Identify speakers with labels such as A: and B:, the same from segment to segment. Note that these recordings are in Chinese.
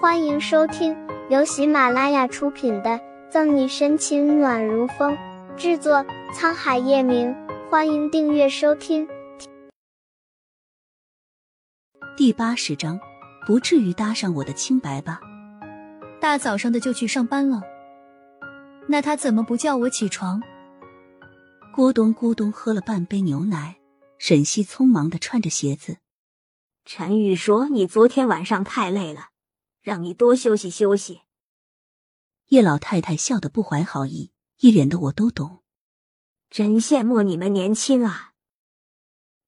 A: 欢迎收听由喜马拉雅出品的《赠你深情暖如风》，制作沧海夜明。欢迎订阅收听。
B: 第八十章，不至于搭上我的清白吧？
C: 大早上的就去上班了，那他怎么不叫我起床？
B: 咕咚咕咚喝了半杯牛奶，沈西匆忙的穿着鞋子。
D: 陈宇说：“你昨天晚上太累了，让你多休息休息。”
B: 叶老太太笑得不怀好意，一脸的我都懂。
D: 真羡慕你们年轻啊！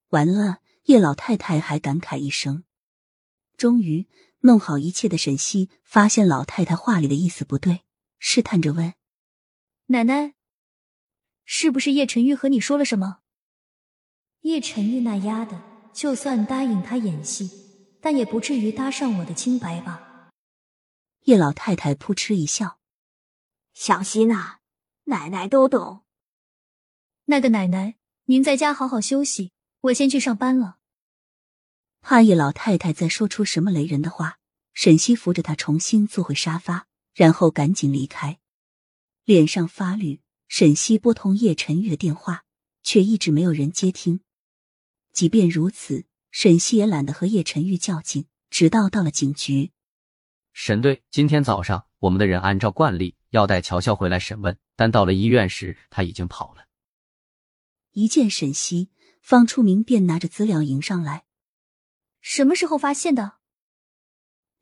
B: 完了，叶老太太还感慨一声。终于弄好一切的沈西发现老太太话里的意思不对，试探着问：“
C: 奶奶，是不是叶晨玉和你说了什么？”叶晨玉那丫的，就算答应他演戏，但也不至于搭上我的清白吧？
B: 叶老太太扑哧一笑：“
D: 小心啊，奶奶都懂。”
C: 那个奶奶，您在家好好休息，我先去上班了。
B: 怕叶老太太再说出什么雷人的话，沈西扶着她重新坐回沙发，然后赶紧离开。脸上发绿，沈西拨通叶晨玉的电话，却一直没有人接听。即便如此，沈西也懒得和叶晨玉较劲，直到到了警局。
E: 沈队，今天早上我们的人按照惯例要带乔乔回来审问，但到了医院时他已经跑了。
B: 一见沈西，方初明便拿着资料迎上来。
C: 什么时候发现的？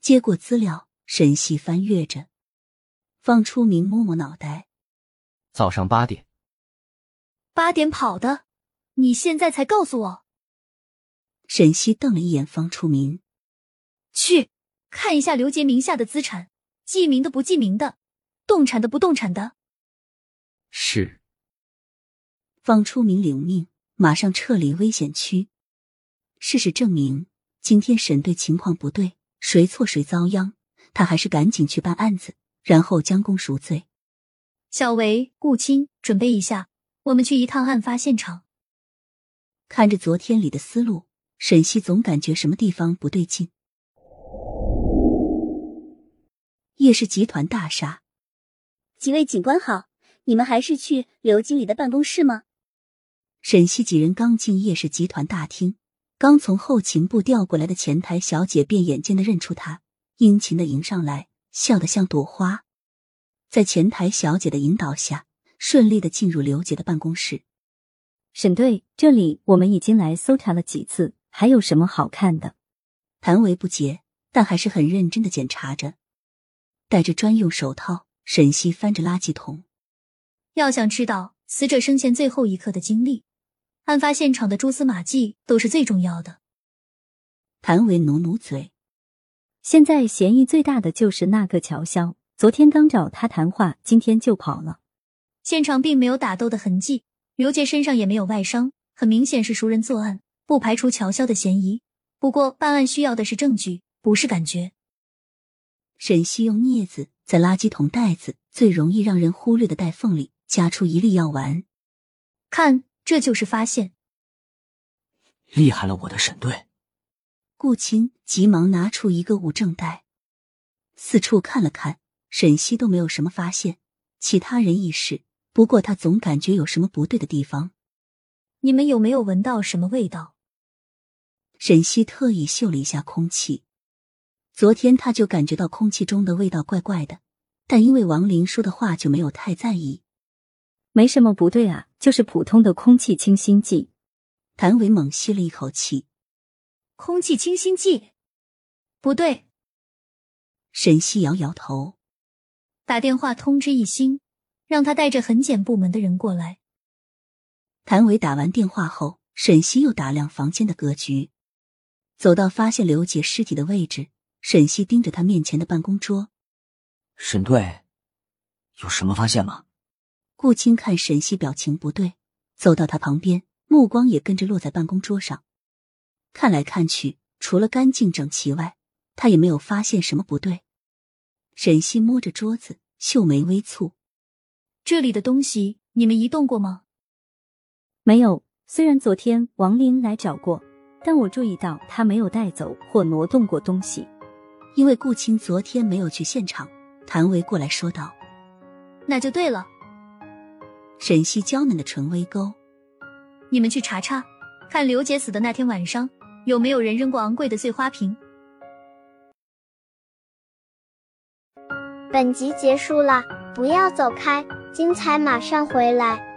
B: 接过资料，沈西翻阅着。方初明摸摸脑袋，
E: 早上八点。
C: 八点跑的？你现在才告诉我？
B: 沈西瞪了一眼方初明，
C: 去看一下刘杰名下的资产，记名的不记名的，动产的不动产的。
E: 是。
B: 方初明领命，马上撤离危险区。事实证明，今天沈队情况不对，谁错谁遭殃。他还是赶紧去办案子，然后将功赎罪。
C: 小维、顾青，准备一下，我们去一趟案发现场。
B: 看着昨天里的思路，沈西总感觉什么地方不对劲。叶氏集团大厦，
F: 几位警官好，你们还是去刘经理的办公室吗？
B: 沈西几人刚进叶氏集团大厅，刚从后勤部调过来的前台小姐便眼尖的认出他，殷勤的迎上来，笑得像朵花。在前台小姐的引导下，顺利的进入刘杰的办公室。
G: 沈队，这里我们已经来搜查了几次，还有什么好看的？
B: 谭维不解，但还是很认真的检查着。戴着专用手套，沈西翻着垃圾桶。
C: 要想知道。死者生前最后一刻的经历，案发现场的蛛丝马迹都是最重要的。
B: 谭维努努嘴，
G: 现在嫌疑最大的就是那个乔潇，昨天刚找他谈话，今天就跑了。
C: 现场并没有打斗的痕迹，刘杰身上也没有外伤，很明显是熟人作案，不排除乔潇的嫌疑。不过办案需要的是证据，不是感觉。
B: 沈西用镊子在垃圾桶袋子最容易让人忽略的袋缝里。夹出一粒药丸，
C: 看，这就是发现。
H: 厉害了，我的沈队！
B: 顾青急忙拿出一个物证袋，四处看了看，沈西都没有什么发现，其他人亦是。不过他总感觉有什么不对的地方。
C: 你们有没有闻到什么味道？
B: 沈西特意嗅了一下空气，昨天他就感觉到空气中的味道怪怪的，但因为王林说的话就没有太在意。
G: 没什么不对啊，就是普通的空气清新剂。
B: 谭维猛吸了一口气，
C: 空气清新剂不对。
B: 沈西摇摇头，
C: 打电话通知一星，让他带着痕检部门的人过来。
B: 谭维打完电话后，沈西又打量房间的格局，走到发现刘杰尸体的位置，沈西盯着他面前的办公桌。
H: 沈队，有什么发现吗？
B: 顾青看沈西表情不对，走到他旁边，目光也跟着落在办公桌上。看来看去，除了干净整齐外，他也没有发现什么不对。沈西摸着桌子，秀眉微蹙：“
C: 这里的东西你们移动过吗？”“
G: 没有。虽然昨天王林来找过，但我注意到他没有带走或挪动过东西。”
B: 因为顾青昨天没有去现场，谭维过来说道。
C: 那就对了，
B: 沈西娇嫩的唇微勾，
C: 你们去查查，看刘姐死的那天晚上有没有人扔过昂贵的碎花瓶。
A: 本集结束了，不要走开，精彩马上回来。